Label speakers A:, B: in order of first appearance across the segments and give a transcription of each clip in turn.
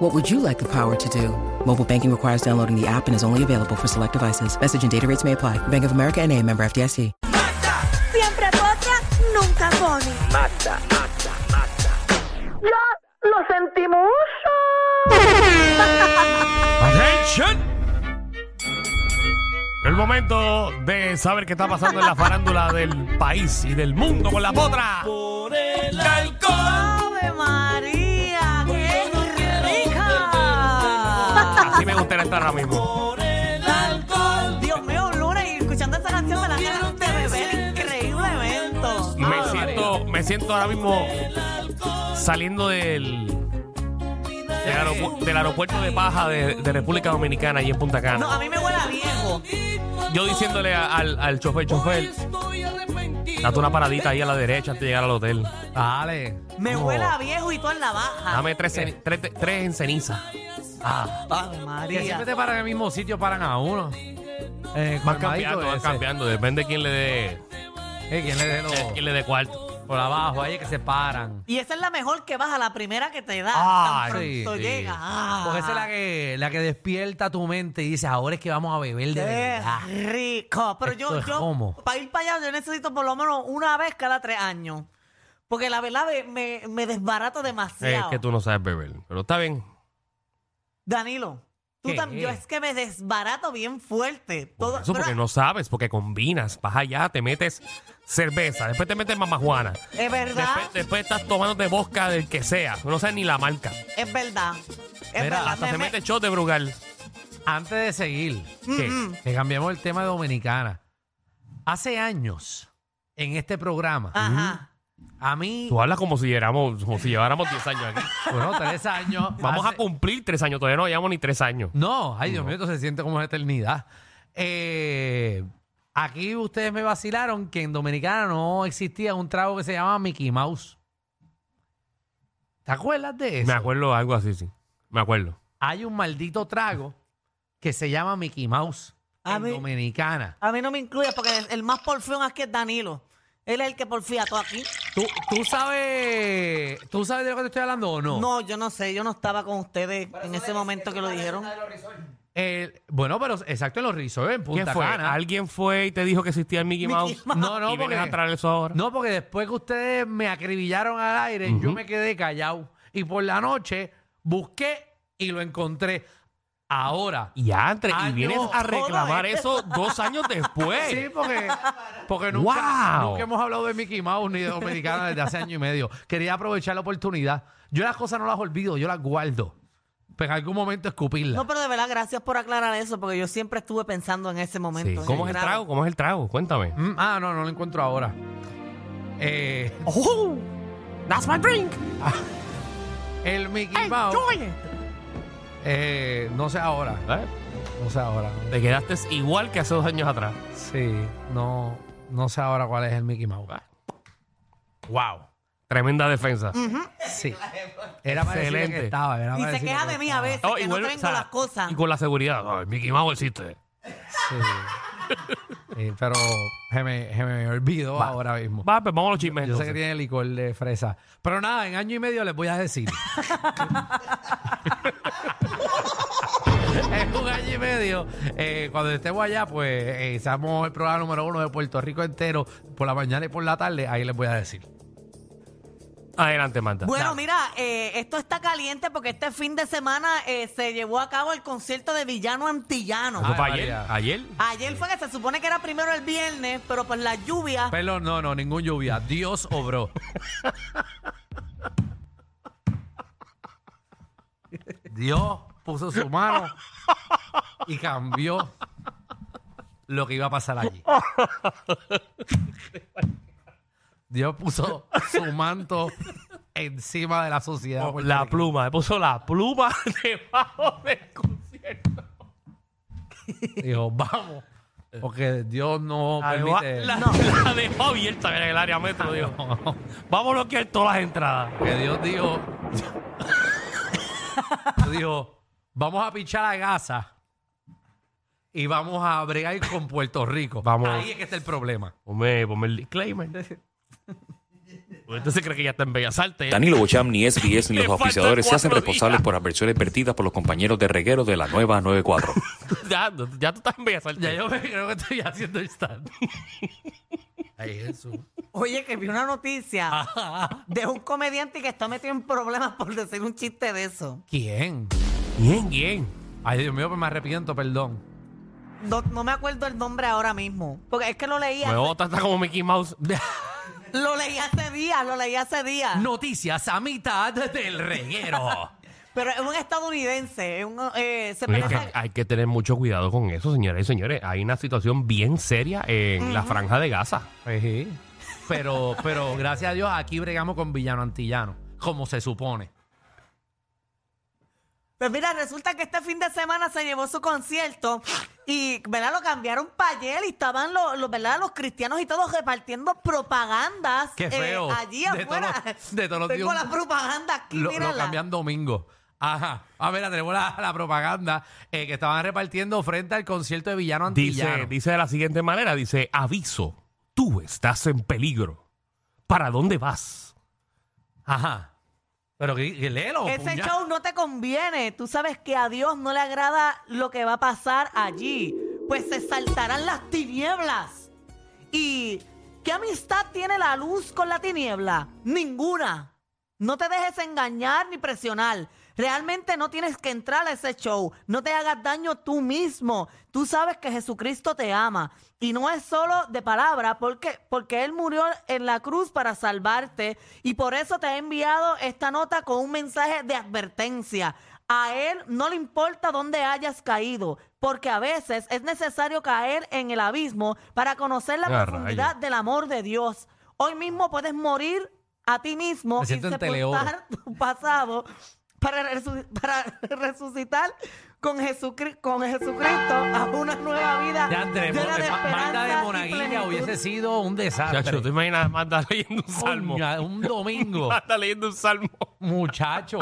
A: What would you like the power to do? Mobile banking requires downloading the app and is only available for select devices. Message and data rates may apply. Bank of America and a member FDIC.
B: Siempre potra, nunca pone.
C: Lo sentimos.
D: Attention. El momento de saber qué está pasando en la farándula del país y del mundo con la potra.
B: ¡Ave María! ¡Qué rica!
D: Así me gustaría estar ahora mismo.
B: Dios mío, un lunes y escuchando esa canción me la ganas de beber increíblemente.
D: Me siento, me siento ahora mismo saliendo del, del, aeropu- del aeropuerto de paja de, de República Dominicana y en Punta Cana.
B: No, a mí me huele a viejo.
D: Yo diciéndole a- al, al chofer, chofer, date una paradita ahí a la derecha antes de llegar al hotel.
E: Dale.
B: Me
D: No.
B: huele a viejo y tú en la baja.
D: Dame tres, ceni- tres, tres en ceniza. Ah,
B: ¡Ave
E: Que
B: María!
E: siempre te paran en el mismo sitio, paran a uno. Eh,
D: van
E: colmadito
D: cambiando, van
E: ese.
D: cambiando. Depende de quién le dé,
E: Eh, ¿Quién le dé los-
D: quién le dé cuarto.
E: por abajo? Ahí es que se paran.
B: Y esa es la mejor que baja, la primera que te da.
E: Ah,
B: tan pronto
E: sí, sí.
B: llega. Ah,
E: Porque esa es la que, la que despierta tu mente y dices, ahora es que vamos a beber
B: Eh.
E: de verdad.
B: Qué rico. Pero
E: Esto
B: yo,
E: es
B: yo
E: como.
B: para ir para allá, yo necesito por lo menos una vez cada tres años. Porque la verdad me- me, me desbarata
D: Es
B: demasiado.
D: que tú no sabes beber, pero está bien.
B: Danilo, tú
E: ¿Qué?
B: también. Yo es que me desbarato bien fuerte.
D: Por
B: Todo-
D: eso
B: pero
D: porque no sabes, porque combinas, vas allá, te metes cerveza, después te metes mamajuana,
B: Es verdad,
D: después, después estás tomándote vodka del que sea, no sabes ni la marca.
B: es verdad. Es
E: Mira,
B: verdad.
D: Hasta
B: me-
D: se
B: me-
D: mete shot de Brugal.
E: Antes de seguir,
D: ¿Qué?
B: Mm, mm.
E: que cambiamos el tema de Dominicana. Hace años, en este programa,
B: Ajá.
E: a mí,
D: Tú hablas como si, éramos, como si lleváramos 10 años aquí.
E: bueno, tres años.
D: Vamos a
E: hace-
D: cumplir 3 años, todavía no llevamos ni 3 años.
E: No, ay Dios mío, esto se siente como una eternidad. Eh, aquí ustedes me vacilaron que en Dominicana no existía un trago que se llamaba Mickey Mouse. ¿Te acuerdas de eso?
D: Me acuerdo algo así, sí. Me acuerdo.
E: Hay un maldito trago que se llama Mickey Mouse
B: A
E: en
B: mí-
E: Dominicana.
B: A mí no me incluye porque el más porfión aquí es Danilo. Él es el que porfía todo aquí.
E: ¿Tú, tú sabes, ¿Tú sabes de lo que te estoy hablando o no?
B: No, yo no sé, yo no estaba con ustedes en ese momento que lo dijeron.
E: El- bueno, pero exacto, en los resorts, en
D: ¿Qué
E: Punta
D: fue?
E: Cana.
D: ¿Alguien fue y te dijo que existía el Mickey Mouse?
E: No, no,
D: y vienes
E: porque-
D: a traer eso ahora.
E: No, porque después que ustedes me acribillaron al aire, yo me quedé callado. Y por la noche busqué y lo encontré. Ahora.
D: Y antes, y
E: Año-
D: vienes a
E: todo
D: reclamar
B: este.
D: eso dos años después.
E: Sí, porque, porque nunca,
D: Wow.
E: nunca hemos hablado de Mickey Mouse ni de Dominicana desde hace año y medio. Quería aprovechar la oportunidad. Yo las cosas no las olvido, yo las guardo. Pero en algún momento escupirlas.
B: No, pero de verdad, gracias por aclarar eso, porque yo siempre estuve pensando en ese
D: Sí,
B: momento. en
D: ¿Cómo es el trago? ¿Cómo es el trago? Cuéntame.
E: Mm, ah, no, no lo encuentro ahora. Eh, Ah,
D: ¡Oh! ¡That's my drink!
E: el Mickey Mouse. eh, no sé ahora. No sé ahora.
D: ¿Eh? Te quedaste igual que hace dos años atrás.
E: Sí, no, no sé ahora cuál es el Mickey Mouse.
D: ¡Wow! Tremenda defensa.
E: Sí. Era para decirle
D: Excelente.
E: que estaba. Era
B: Y
E: para
B: se
E: decirle
B: queja
E: que
B: de mí a
E: estaba.
B: veces,
D: Oh,
B: que no
D: vuelve-
B: tengo
D: o sea,
B: las cosas.
D: Y con la seguridad. Ay, Mickey Mouse existe.
E: Sí. Eh, pero se me, se me olvidó ahora mismo.
D: Va, pues vamos a los chismes.
E: Yo sé que
D: entonces.
E: tiene licor de fresa. Pero nada, en año y medio les voy a decir. en un año y medio, eh, cuando estemos allá, pues eh, estamos el programa número uno de Puerto Rico entero, por la mañana y por la tarde, ahí les voy a decir.
D: Adelante, Manta.
B: Bueno, mira, eh, esto está caliente porque este fin de semana eh, se llevó a cabo el concierto de Villano Antillano.
D: Eso
E: Ah.
D: fue
E: Ay,
D: ayer.
E: María.
D: Ayer.
B: Ayer fue que se supone que era primero el viernes, pero pues la lluvia...
E: Perdón, no, no, ningún lluvia. Dios obró. Dios puso su mano y cambió lo que iba a pasar allí. Dios puso su manto encima de la sociedad.
D: Oh, la
E: puertorriqueña.
D: pluma. Le puso la pluma debajo del concierto.
E: Dijo, vamos, Porque Dios no Ah,
D: La dejó,
E: permite
D: la- la dejó abierta en el área metro, digo. Vamos a bloquear todas las entradas.
E: que Dios dijo, dijo, vamos a pichar a Gaza y vamos a bregar con Puerto Rico.
D: Vamos.
E: Ahí es que está el problema.
D: Ponme, ponme el disclaimer. Usted se cree que ya está en Bellas Artes. ya-
F: Danilo Bocham, ni SBS, ni
D: Le
F: los
D: faltan
F: auspiciadores se hacen
D: cuatro
F: responsables
D: días.
F: por las versiones vertidas por los compañeros de reguero de la nueva 94.
D: Ya, ya tú estás en Bellas Artes.
E: Ya yo me- creo que estoy haciendo stand. Ay, Jesús.
B: Oye, que vi una noticia de un comediante que está metido en problemas por decir un chiste de eso.
E: ¿Quién?
D: ¿Quién? ¿Quién?
E: Ay, Dios mío, pues me arrepiento, perdón.
B: No, no me acuerdo el nombre ahora mismo. Porque es que lo leí,
D: Me
B: hace-
D: bota hasta como Mickey Mouse.
B: lo leí hace días, lo leí hace días.
E: Noticias a mitad del reguero.
B: Pero es un estadounidense. es un, eh, se
D: Oye,
B: parece
D: que hay que tener mucho cuidado con eso, señoras y señores. Hay una situación bien seria en la franja de Gaza.
E: Ejí. Pero, pero gracias a Dios aquí bregamos con villano antillano, como se supone.
B: Pues mira, resulta que este fin de semana se llevó su concierto y, ¿verdad? Lo cambiaron para ayer y estaban los, los, ¿verdad? Los cristianos y todos repartiendo propagandas.
E: Qué
B: eh,
E: feo.
B: allí
E: De
B: afuera.
E: todos los- de todos los
B: Tengo
E: días.
B: la propaganda aquí,
E: Lo, lo
B: mírala.
E: cambian domingo. Ajá. A ver, tenemos la, la propaganda eh, que estaban repartiendo frente al concierto de villano antillano.
D: Dice, dice de la siguiente manera, dice, aviso, tú estás en peligro. ¿Para dónde vas?
E: Ajá. Pero que, que léelo.
B: Ese
E: puñal.
B: show no te conviene. Tú sabes que a Dios no le agrada lo que va a pasar allí. Pues se saltarán las tinieblas. ¿Y qué amistad tiene la luz con la tiniebla? Ninguna. No te dejes engañar ni presionar. Realmente no tienes que entrar a ese show. No te hagas daño tú mismo. Tú sabes que Jesucristo te ama. Y no es solo de palabra, porque, porque Él murió en la cruz para salvarte. Y por eso te he enviado esta nota con un mensaje de advertencia. A Él no le importa dónde hayas caído, porque a veces es necesario caer en el abismo para conocer la
D: Ah,
B: profundidad
D: rayos.
B: del amor de Dios. Hoy mismo puedes morir a ti mismo
E: Me
B: y
E: siento en Teleoro.
B: sepultar tu pasado para, resu- para resucitar con, Jesucri- con Jesucristo a una nueva vida
E: De André,
B: llena de
E: Mo- Ma- Magda de
B: esperanza y
E: Monaguilla
B: plenitud.
E: hubiese sido un desastre.
D: Chacho, ¿te imaginas Magda leyendo un salmo?
E: Coño, un domingo,
D: Magda leyendo un salmo.
E: muchacho.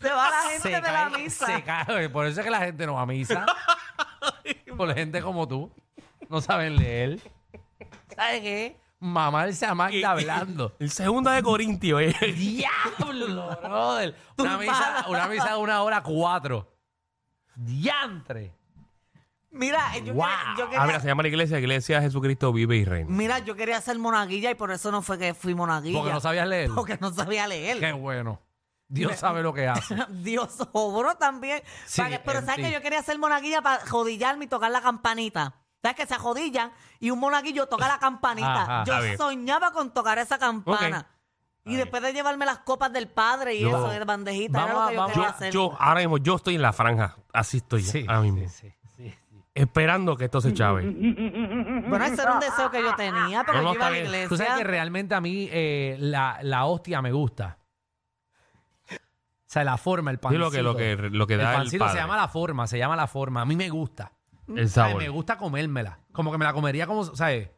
B: Se va la gente de la
E: Ah, cae-
B: misa.
E: se cae. Por eso es que la gente no va a misa. Por la gente como tú. No saben leer.
B: ¿Sabes qué?
E: Mamarse a Magda hablando.
D: El segunda de Corintio, eh.
E: ¡Diablo, brother! Una
B: Tumbada.
E: misa, una misa de una hora cuatro. ¡Diantre!
B: Mira, yo
E: Wow.
B: quería, yo quería-
D: Ah, mira, se llama la iglesia, Iglesia Jesucristo vive y reina.
B: mira, yo quería ser monaguilla y por eso no fue que fui monaguilla.
E: Porque no sabías leer.
B: Porque no sabía leer.
E: ¡Qué bueno! Dios sabe lo que hace.
B: Dios obró también.
E: Sí,
B: Para que- pero
E: en
B: sabes
E: ti.
B: que yo quería hacer monaguilla para jodillarme y tocar la campanita. ¿Sabes que se jodillan y un monaguillo toca la campanita?
E: Ajá,
D: está
B: yo
D: bien.
B: soñaba con tocar esa campana.
D: Ok.
B: Y después de llevarme las copas del padre y
D: Yo-
B: eso, de bandejita, era
E: Vamos
B: lo
E: a-
B: que yo
E: vamos-
B: quería
D: Yo,
B: hacer.
D: yo, ahora mismo, yo estoy en la franja. Así estoy yo, ahora mismo.
E: sí, sí.
D: Esperando que esto se chave.
B: Bueno, ese era un deseo que yo tenía, pero
D: No, no,
B: yo iba a la
D: está bien.
E: Tú sabes que
B: iglesia.
E: realmente a mí eh, la, la hostia me gusta. O sea, la forma, el
D: Sí,
E: pancito.
D: lo que, lo que, lo que
E: el
D: da el,
E: pancito
D: padre.
E: se llama la forma, se llama la forma. A mí me gusta.
D: el
E: ¿Sabes?
D: sabor.
E: Me gusta comérmela. Como que me la comería como, ¿sabes?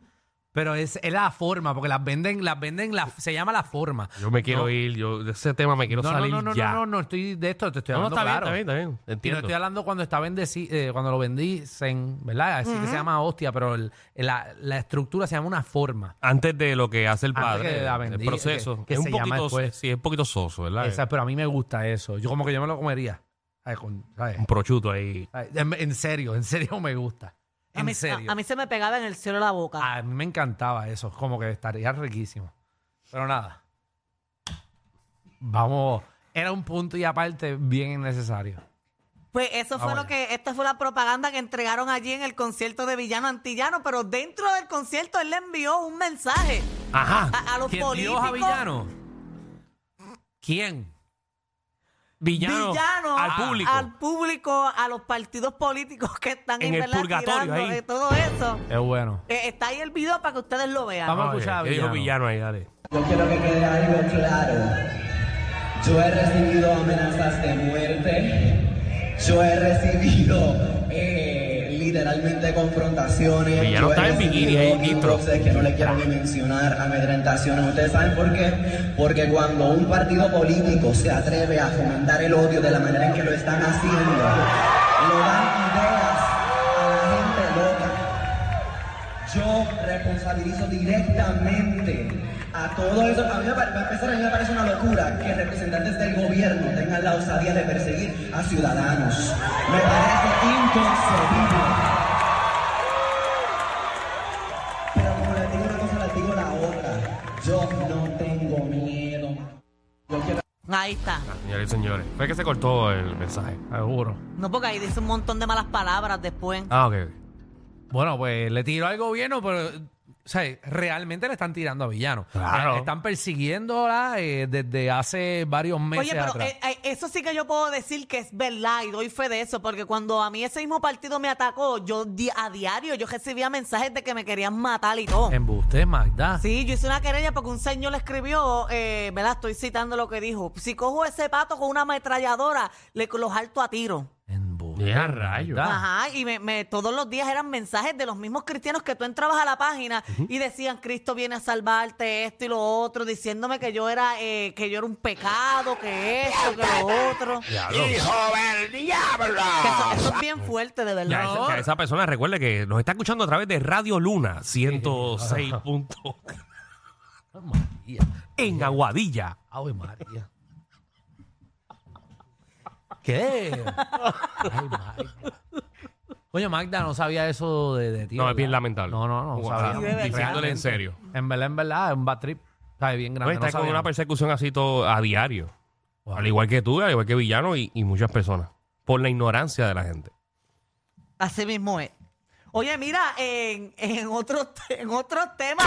E: Pero es, es la forma, porque las venden, las venden, la- se llama la forma.
D: Yo me quiero
E: No.
D: ir, yo de ese tema me quiero
E: No, no,
D: salir
E: no, no,
D: ya.
E: no, no, no, estoy de esto, te estoy
D: No, no,
E: hablando
D: está bien,
E: claro.
D: está bien, está bien.
E: Y no
D: Entiendo.
E: estoy hablando cuando está bendeci- eh, cuando lo bendicen, ¿verdad? Así que se llama hostia, pero el- la, la estructura se llama una forma.
D: Antes de lo que hace el
E: Antes
D: padre,
E: que la
D: el
E: bendiga,
D: proceso.
E: que- que
D: es un
E: se llama
D: poquito,
E: después.
D: sí, es un poquito soso, ¿verdad?
E: Esa- pero a mí me gusta eso. Yo como que yo me lo comería. ¿Sabes? Con- ¿sabes?
D: Un prochuto ahí.
E: ¿Sabes? En, en serio, en serio me gusta.
B: A mí,
E: En serio.
B: a-
E: Ah.
B: a mí se me pegaba en el cielo la boca.
E: A mí me encantaba eso. Como que estaría riquísimo. Pero nada. Vamos. Era un punto y aparte bien necesario.
B: Pues eso fue
E: Vamos
B: lo que, esta fue la propaganda que entregaron allí en el concierto de Villano Antillano, pero dentro del concierto él le envió un mensaje
D: Ajá.
B: a, a los
E: ¿Quién
B: políticos.
E: Dios a villano? ¿Quién?
D: Villano.
B: Villano
D: al público.
B: al público, a los partidos políticos que están
D: En el
B: ¿verdad?
D: purgatorio,
B: tirando
D: ahí.
B: de todo eso.
E: Es bueno.
B: Eh, está ahí el video para que ustedes lo vean.
E: Vamos a
D: Oye,
E: escuchar a
D: ¿qué Ah, dijo villano
E: Villano.
D: ahí, dale.
G: Yo quiero que quede algo claro. Yo he recibido amenazas de muerte, Yo he recibido eh, literalmente confrontaciones.
D: Y ya no
G: yo he
D: está en
G: recibido
D: bikini ahí, Nitro.
G: cruces que no le quiero ni mencionar, amedrentaciones. ¿Ustedes saben por qué? Porque cuando un partido político se atreve a fomentar el odio de la manera en que lo están haciendo, le dan ideas a la gente loca. Yo responsabilizo directamente a todo eso. A mí, me, pa- para empezar, a mí me parece una locura que representantes del gobierno tengan la osadía de perseguir a ciudadanos. Me parece inconcebible. Pero como les digo una cosa, les digo la otra. Yo no tengo miedo. Yo quiero...
B: Ahí está.
D: Señores y señores, fue que se cortó el mensaje, seguro.
B: No, porque ahí dice un montón de malas palabras después.
D: Ah, ok.
E: Bueno, pues le tiró al gobierno, pero o sea, realmente le están tirando a villanos.
D: Claro.
E: O sea, Están persiguiéndola eh, desde hace varios meses
B: Oye, pero
E: atrás.
B: eh, eh, eso sí que yo puedo decir que es verdad y doy fe de eso, porque cuando a mí ese mismo partido me atacó, yo di- a diario yo recibía mensajes de que me querían matar y
D: Em.
B: todo.
E: Embuste, Magda.
B: Sí, yo hice una querella porque un señor le escribió, eh, ¿verdad? Estoy citando lo que dijo. Si cojo ese pato con una ametralladora, le los harto a tiro.
E: Embuste.
D: Ya, rayo.
E: Magda.
B: Ajá, y me, me- todos los días eran mensajes de los mismos cristianos que tú entrabas a la página y decían, Cristo viene a salvarte esto y lo otro, diciéndome que yo era, eh, que yo era un pecado, que esto, que lo otro.
D: Diablo.
B: Que eso, eso es bien fuerte, de verdad.
D: Ya, esa, ya esa persona recuerde que nos está escuchando a través de Radio Luna 106. punto-
E: Ave María.
D: en Aguadilla.
E: Ave María. ¿Qué? Ay, Magda. Coño, Magda, no sabía eso de, de ti.
D: No, es
E: ¿verdad?
D: bien lamentable.
E: No, no, no.
D: Wow.
E: sabía.
D: Sí, de verdad. Diciéndole en
E: Realmente.
D: serio.
E: En verdad, en verdad, es un bad trip. Sabe bien
D: No,
E: grande.
D: está
E: no
D: con
E: sabía.
D: una persecución así todo a diario.
E: Wow.
D: Al igual que tú, al igual que Villano y, y muchas personas. Por la ignorancia de la gente.
B: Así mismo es. Oye, mira, en, en otros te- en otros temas,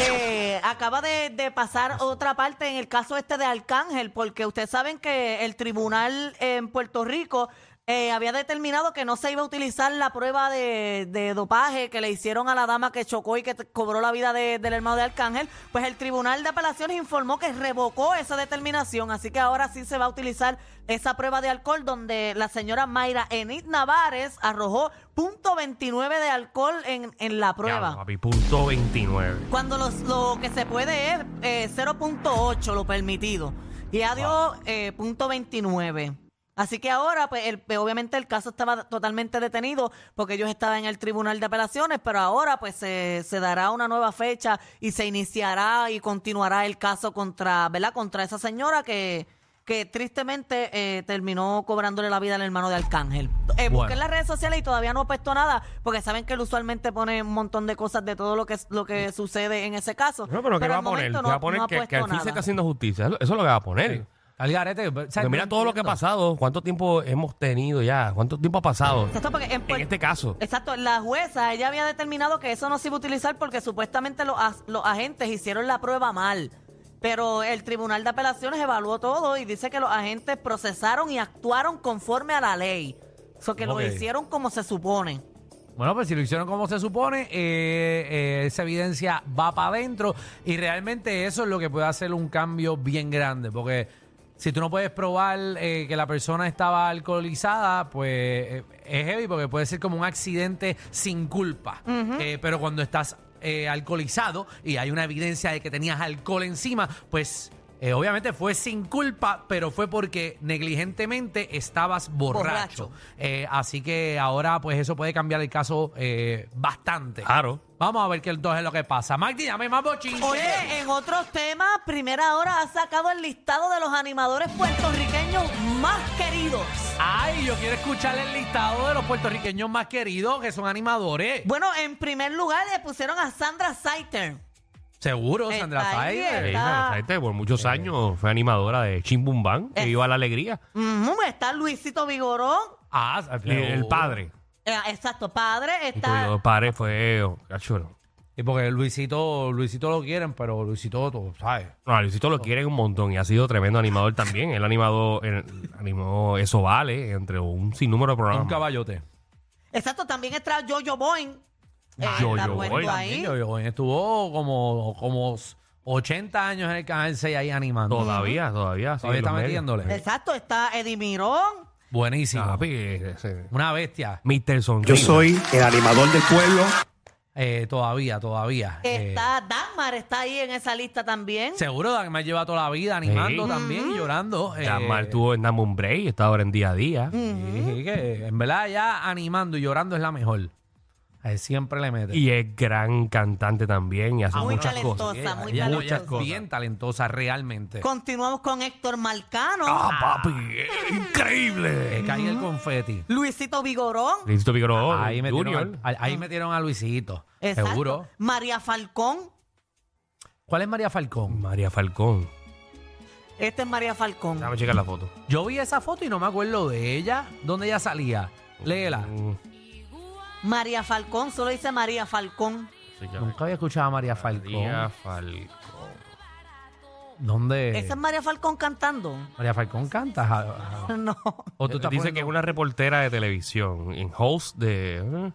B: eh, acaba de, de pasar otra parte en el caso este de Arcángel, porque ustedes saben que el tribunal en Puerto Rico eh, había determinado que no se iba a utilizar la prueba de, de dopaje que le hicieron a la dama que chocó y que t- cobró la vida de- del hermano de Arcángel. Pues el tribunal de apelaciones informó que revocó esa determinación, así que ahora sí se va a utilizar esa prueba de alcohol donde la señora Mayra Enid Navares arrojó punto .29 de alcohol en, en la prueba.
D: Diablo, papi, punto 29.
B: Cuando los- lo que se puede es eh, 0.8, lo permitido. Y ya dio eh, punto .29. Así que ahora, pues, el- pues, obviamente el caso estaba totalmente detenido porque ellos estaban en el Tribunal de Apelaciones, pero ahora pues se, se dará una nueva fecha y se iniciará y continuará el caso contra, ¿verdad? Contra esa señora que, que tristemente eh, terminó cobrándole la vida al hermano de Arcángel. Eh,
E: Bueno.
B: busquen las redes sociales y todavía no ha puesto nada, porque saben que él usualmente pone un montón de cosas de todo lo que lo que sucede en ese caso.
D: No, pero ¿qué va a
B: al
D: poner?
B: momento
D: ¿Qué
B: no-
D: va a poner
B: no ha
D: que, que
B: puesto
D: al fin se
B: nada.
D: está haciendo justicia. Eso es lo que va a poner.
E: Al garete, o sea,
D: Porque
E: no
D: mira todo lo que ha
E: entiendo.
D: pasado. ¿Cuánto tiempo hemos tenido ya? ¿Cuánto tiempo ha pasado?
B: Exacto, porque en,
D: En
B: Puer-
D: este caso.
B: Exacto, la jueza, ella había determinado que eso no se iba a utilizar porque supuestamente los, as- los agentes hicieron la prueba mal. Pero el Tribunal de Apelaciones evaluó todo y dice que los agentes procesaron y actuaron conforme a la ley. O sea, que
E: Ok.
B: lo hicieron como se supone.
E: Bueno, pues si lo hicieron como se supone, eh, eh, esa evidencia va para adentro y realmente eso es lo que puede hacer un cambio bien grande, porque si tú no puedes probar eh, que la persona estaba alcoholizada, pues eh, es heavy porque puede ser como un accidente sin culpa, Eh, pero cuando estás eh, alcoholizado y hay una evidencia de que tenías alcohol encima, pues... eh, obviamente fue sin culpa, pero fue porque negligentemente estabas borracho.
B: Borracho.
E: Eh, así que ahora, pues eso puede cambiar el caso eh, bastante.
D: Claro.
E: Vamos a ver qué entonces es lo que pasa. Magdi, dame más bochinche.
B: Oye, en otros temas, Primera Hora ha sacado el listado de los animadores puertorriqueños más queridos.
E: Ay, yo quiero escuchar el listado de los puertorriqueños más queridos que son animadores.
B: Bueno, en primer lugar le pusieron a Sandra Saiter.
E: Seguro, Sandra
B: Está ahí,
E: Saider.
D: Sí,
B: está.
D: Sandra Saiter, por muchos años fue animadora de Chimbumban, que
B: Es-
D: iba a la alegría.
B: Ujú, está Luisito Vigorón.
E: Ah,
D: El, el padre.
B: Eh, exacto, padre.
D: El
B: Está
D: padre fue. oh, cacho, no.
E: Y porque Luisito, Luisito lo quieren, pero Luisito, tú ¿sabes?
D: No, a Luisito lo quieren un montón y ha sido tremendo animador también. Él animado, él animó Eso Vale, entre un sinnúmero de
E: Un
D: programas.
E: caballote.
B: Exacto, también está Jojo Boing. Eh,
D: Ah, Yo-Yo
B: está puesto
D: Boing.
B: ahí.
E: Yo, yo, estuvo como, como 80 años en el canal 6 ahí animando.
D: Todavía, todavía. sí,
E: Todavía
D: en
E: está
D: los medios.
E: metiéndole.
B: Exacto, está Eddie Mirón.
E: Buenísimo.
D: Papi, ese-
E: Una bestia.
D: Mr. Sonrisa.
H: Yo soy el animador del pueblo.
E: Eh, todavía, todavía. Eh,
B: Está Dagmar, está ahí en esa lista también.
E: seguro Dagmar lleva toda la vida animando
D: Sí.
E: también y llorando. eh, Mm.
D: Damar tuvo en Damon Bray, está ahora en día a día.
E: sí, que en verdad ya animando y llorando es la mejor. Eh, siempre le mete.
D: Y es gran cantante también y hace
B: Ah, muy
D: muchas
B: talentoso.
D: cosas.
B: talentosa, muy
E: Ella- ella
B: talentosa.
E: es Bien talentosa realmente.
B: Continuamos con Héctor Marcano,
D: ¡Ah, papi! es
E: Que
D: ¡Increíble!
E: cae el confeti.
B: Luisito Vigorón,
D: Listo Figueroa,
E: Ah, Ahí
D: Junior.
E: metieron, a, ahí metieron a Luisito.
B: Ah. exacto,
E: Seguro.
B: María Falcón.
E: ¿Cuál es María Falcón?
D: María Falcón.
B: Esta Este es María Falcón.
D: Déjame checar la foto.
E: Yo vi esa foto y no me acuerdo de ella. ¿Dónde ella salía? Léela.
D: Mm,
B: María Falcón, solo dice María Falcón.
D: sí, ya.
E: Nunca había escuchado a María Falcón.
D: María Falcón.
E: ¿Dónde?
B: ¿Esa es María Falcón cantando?
E: María Falcón canta. ja- ja-
B: No.
E: O tú estás
D: dice que es
E: poniendo-
D: una reportera de televisión, en host de... ¿eh?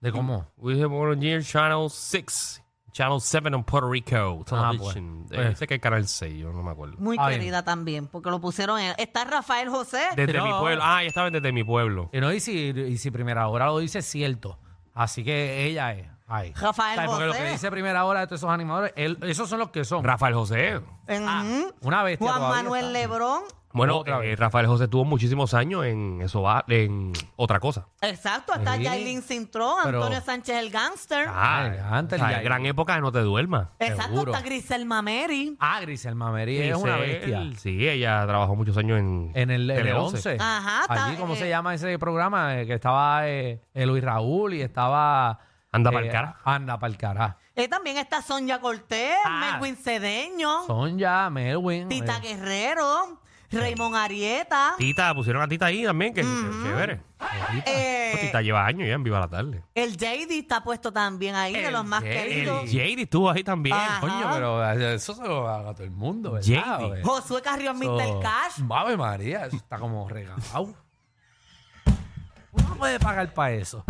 E: ¿De cómo?
D: We have on year Channel 6, Channel 7 en Puerto Rico.
E: Ah,
D: Television.
E: pues.
D: Eh, dice que es Canal 6, yo no me acuerdo.
B: Muy
E: Ah, bien.
B: querida también, porque lo pusieron en... Está Rafael José.
D: Desde
E: Pero-
D: mi pueblo. Ah, ya estaban desde mi pueblo.
E: Y no, y si, y si primera hora lo dice, es cierto. Así que ella es. Ay.
B: Rafael
E: ¿Sabes? Porque lo
B: José.
E: que dice primera hora de todos esos animadores, él- esos son los que son.
D: Rafael José.
B: Ujú.
E: ah, Una bestia.
B: Juan
E: todavía
B: Manuel
E: está.
B: Lebrón.
D: Bueno,
E: Otra
D: eh,
E: vez.
D: Rafael José tuvo muchísimos años en eso va, en otra cosa.
B: Exacto, está
E: Sí.
B: Yailin Cintrón,
E: Pero-
B: Antonio Sánchez el Gangster.
E: Ah, antes
D: o sea,
E: ya-
D: gran época de No Te Duermas.
B: Exacto,
E: seguro.
B: está Grisel Mameri.
E: Ah, Grisel Mameri es una
D: Giselle,
E: bestia.
D: Sí, ella trabajó muchos años en,
E: En el, el
D: Tele
E: 11.
B: Ajá, está,
E: Allí, ¿cómo
B: eh,
E: se llama ese programa? Eh, que estaba eh, eh, Luis Raúl y estaba... eh,
D: Anda pa'l cara.
E: Anda pa'l cara.
B: Eh, también está Sonia Cortés,
E: Ah.
B: Melwin Cedeño,
E: Sonja, Melwin.
B: Tita
E: eh,
B: Guerrero, Raymond Arieta.
D: Tita, pusieron a Tita ahí también, que que chévere. Tita.
B: Eh,
E: Oh,
D: Pues Tita lleva años ya en Viva la Tarde.
B: El JD está puesto también ahí, de los más
E: Eh,
D: J-
B: queridos.
D: El JD estuvo ahí también.
B: Ajá.
E: Coño, pero eh, eso se lo haga a todo el mundo, ¿verdad?
D: Jenny.
E: Eh,
B: Josué Carrión, Mr.
E: eso-
B: Cash.
E: Ave María, eso está como regalado. Uno no puede pagar para eso.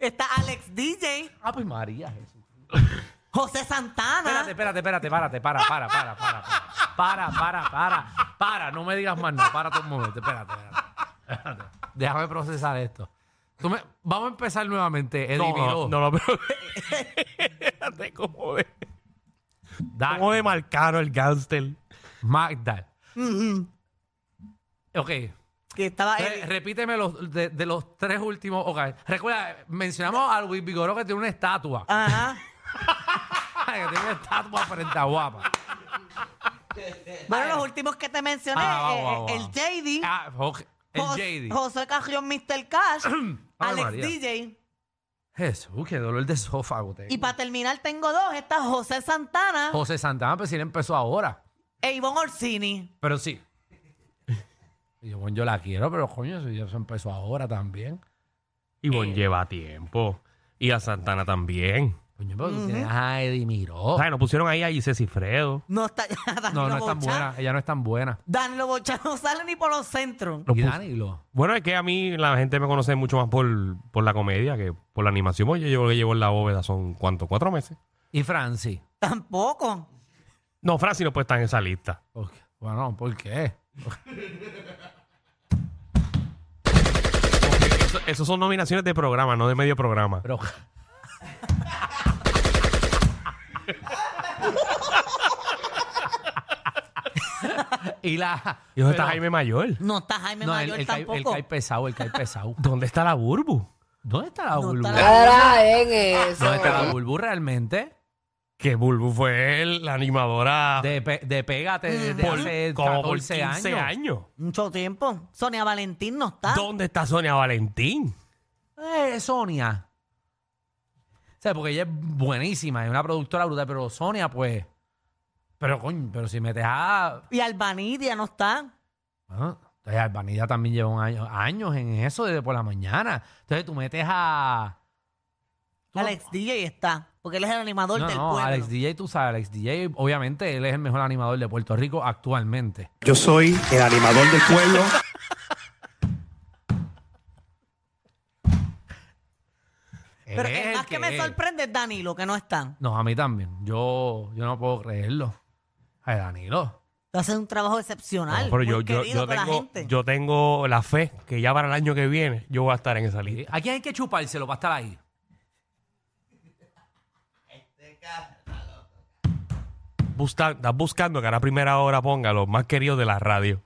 B: Está Alex DJ,
E: Ave María, Jesús.
B: José Santana.
E: Espérate, espérate, espérate, párate, para, para, para, para, para, para, para, para, para, no me digas más nada, párate un momento, espérate, espérate, espérate. Déjame procesar esto. Tú me- Vamos a empezar nuevamente, Eddie
D: No, no,
E: Miró.
D: no, no, pero fíjate cómo de,
E: Da-
D: cómo de marcano el gánster.
E: Magdal.
B: Ujú.
E: Ok,
B: Que estaba
E: Eh, re-
B: Eddie.
E: repíteme los, de, de los tres últimos. Ok, recuerda, mencionamos a Luis Vigoró que tiene una estatua.
B: Ajá.
E: que tiene una estatua frente a Guapa.
B: Bueno, los últimos que te mencioné,
E: Ah, va,
B: eh,
E: va,
B: eh,
E: va.
B: el JD,
E: Ah, ok, El
B: Jos-
E: JD.
B: José Carrión, Mr. Cash, Alex
E: María.
B: DJ.
E: Jesús, qué dolor de esófago tengo.
B: Y para terminar, tengo dos. Está José Santana
E: José Santana, pues si él empezó ahora.
B: e Ivonne Orsini.
E: Pero sí. Y yo, bueno, yo la quiero, pero coño, eso ya se empezó ahora también. Eh.
D: Y Bon lleva tiempo. Y a Santana también.
E: Coño, pero tú tienes a Eddie Miró.
D: O sea, nos pusieron ahí a Giselle Cifredo.
B: No está Dan
E: No, no es
B: Lobochá.
E: tan buena. Ella no es tan buena.
B: Dan Lobochá no sale ni por los centros.
E: Y Danilo.
D: Bueno, es que a mí la gente me conoce mucho más por, por la comedia que por la animación. Oye, yo lo que llevo en la bóveda son, ¿cuánto? ¿Cuatro meses?
E: Y Franci.
B: Tampoco.
D: No, Francis no puede estar en esa lista.
E: Ok. Bueno, ¿por qué?
D: Eso- Esas son nominaciones de programa, no de medio programa.
E: Pero. y la.
D: ¿Y dónde está
E: pero-
D: Jaime Mayor?
B: No está Jaime
E: No, el,
B: Mayor
E: el, cae- el
B: tampoco.
E: cae pesado, el cae pesado.
D: ¿Dónde está la Burbu?
E: ¿Dónde está la
B: No
E: Bulbu?
B: está la-
C: Ahora en eso.
E: ¿Dónde está la Bulbu realmente?
D: Que Burbu fue el- la animadora
E: De, pe- de pégate
B: Mm.
E: desde
D: por,
E: hace
D: como por
E: 14
D: 15
E: años. Ah.
D: años.
B: Mucho tiempo. Sonia Valentín no está.
D: ¿Dónde está Sonia Valentín?
E: Eh, Sonia. O sea, porque ella es buenísima, es una productora brutal, pero Sonia, pues. Pero coño, pero si metes a.
B: Y Albanidia no está.
E: Ah, Entonces, Albanilla también lleva un año- años en eso desde por la mañana. Entonces tú metes a. tú-
B: Alex DJ está. Porque él es el animador
E: No,
B: del
E: no,
B: pueblo.
E: Alex DJ, tú sabes, Alex DJ, obviamente, él es el mejor animador de Puerto Rico actualmente.
H: Yo soy el animador del pueblo.
B: Pero
E: Él es
B: el
E: el
B: más que me
E: es.
B: sorprende es Danilo, que no está.
E: No, a mí también. Yo, yo no puedo creerlo. Ay, Danilo.
B: Tú haces un trabajo excepcional.
D: No, pero yo,
B: muy
D: yo,
B: querido
D: yo
B: por la
D: tengo,
B: gente.
D: yo tengo la fe que ya para el año que viene yo voy a estar en esa lista.
E: ¿A quién hay que chupárselo para estar ahí?
D: Busca- estás buscando que a la primera hora ponga los más queridos de la radio.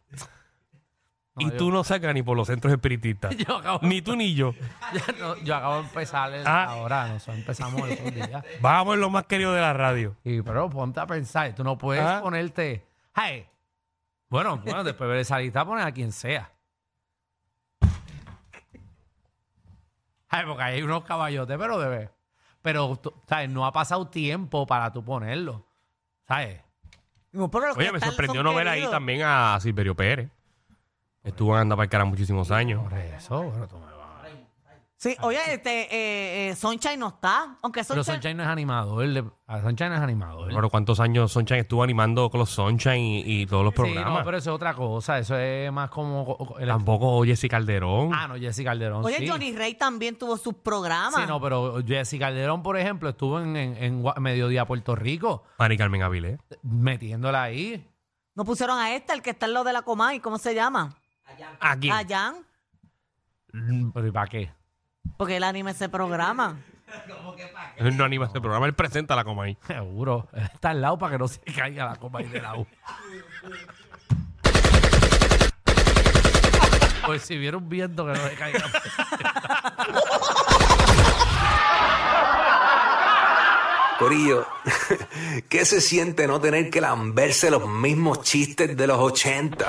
D: y tú no sacas ni por los centros espiritistas.
E: Yo acabo-
D: ni tú ni yo.
E: Ya no, yo acabo de empezar el-
D: Ah.
E: ahora, nosotros empezamos el otro día.
D: Vamos en los más queridos de la radio.
E: Y, pero ponte a pensar, tú no puedes
D: Ah.
E: ponerte. "Hey". Bueno, bueno, después de ver esa lista, pones a quien sea. Ay, porque hay unos caballotes, pero debe. Pero, tú- ¿sabes? No ha pasado tiempo para tú ponerlo. ¿Sabes?
B: No, pero los que
D: Oye, me
B: están son
D: sorprendió no ver ahí
B: queridos.
D: también a Silverio Pérez. Estuvo en Anda para Cara muchísimos años.
E: Por eso, bueno, tú me vas.
B: Sí, oye, este, eh, eh, Sunshine no está. Aunque
E: Ah. Pero
B: Sunshine...
E: Sunshine no es animador. de- ah, Sunshine no es animador.
D: Bueno, ¿cuántos años Sunshine estuvo animando con los Sunshine y, y todos los
E: Sí,
D: programas?
E: no, pero eso es otra cosa. Eso es más como. co- co- el-
D: Tampoco Jesse Calderón.
E: Ah, no, Jesse Calderón.
B: Oye,
E: sí.
B: Johnny Rey también tuvo sus programas.
E: Sí, no, pero Jesse Calderón, por ejemplo, estuvo en, en- en Gua- Mediodía Puerto Rico
D: Mari Carmen Avilés.
B: Eh.
E: metiéndola ahí.
B: No pusieron a este, el que está en lo de la Comay, ¿cómo se llama?
D: Aquí.
B: A Jan,
E: Pero ¿y para qué?
B: porque él anima ese programa.
D: Él No anima este programa, él presenta la coma ahí.
E: Seguro. Está al lado para que no se caiga la copa ahí de la U. pues si hubiera un viento que no le caiga.
I: Corillo, ¿qué se siente no tener que lamberse los mismos chistes de los 80?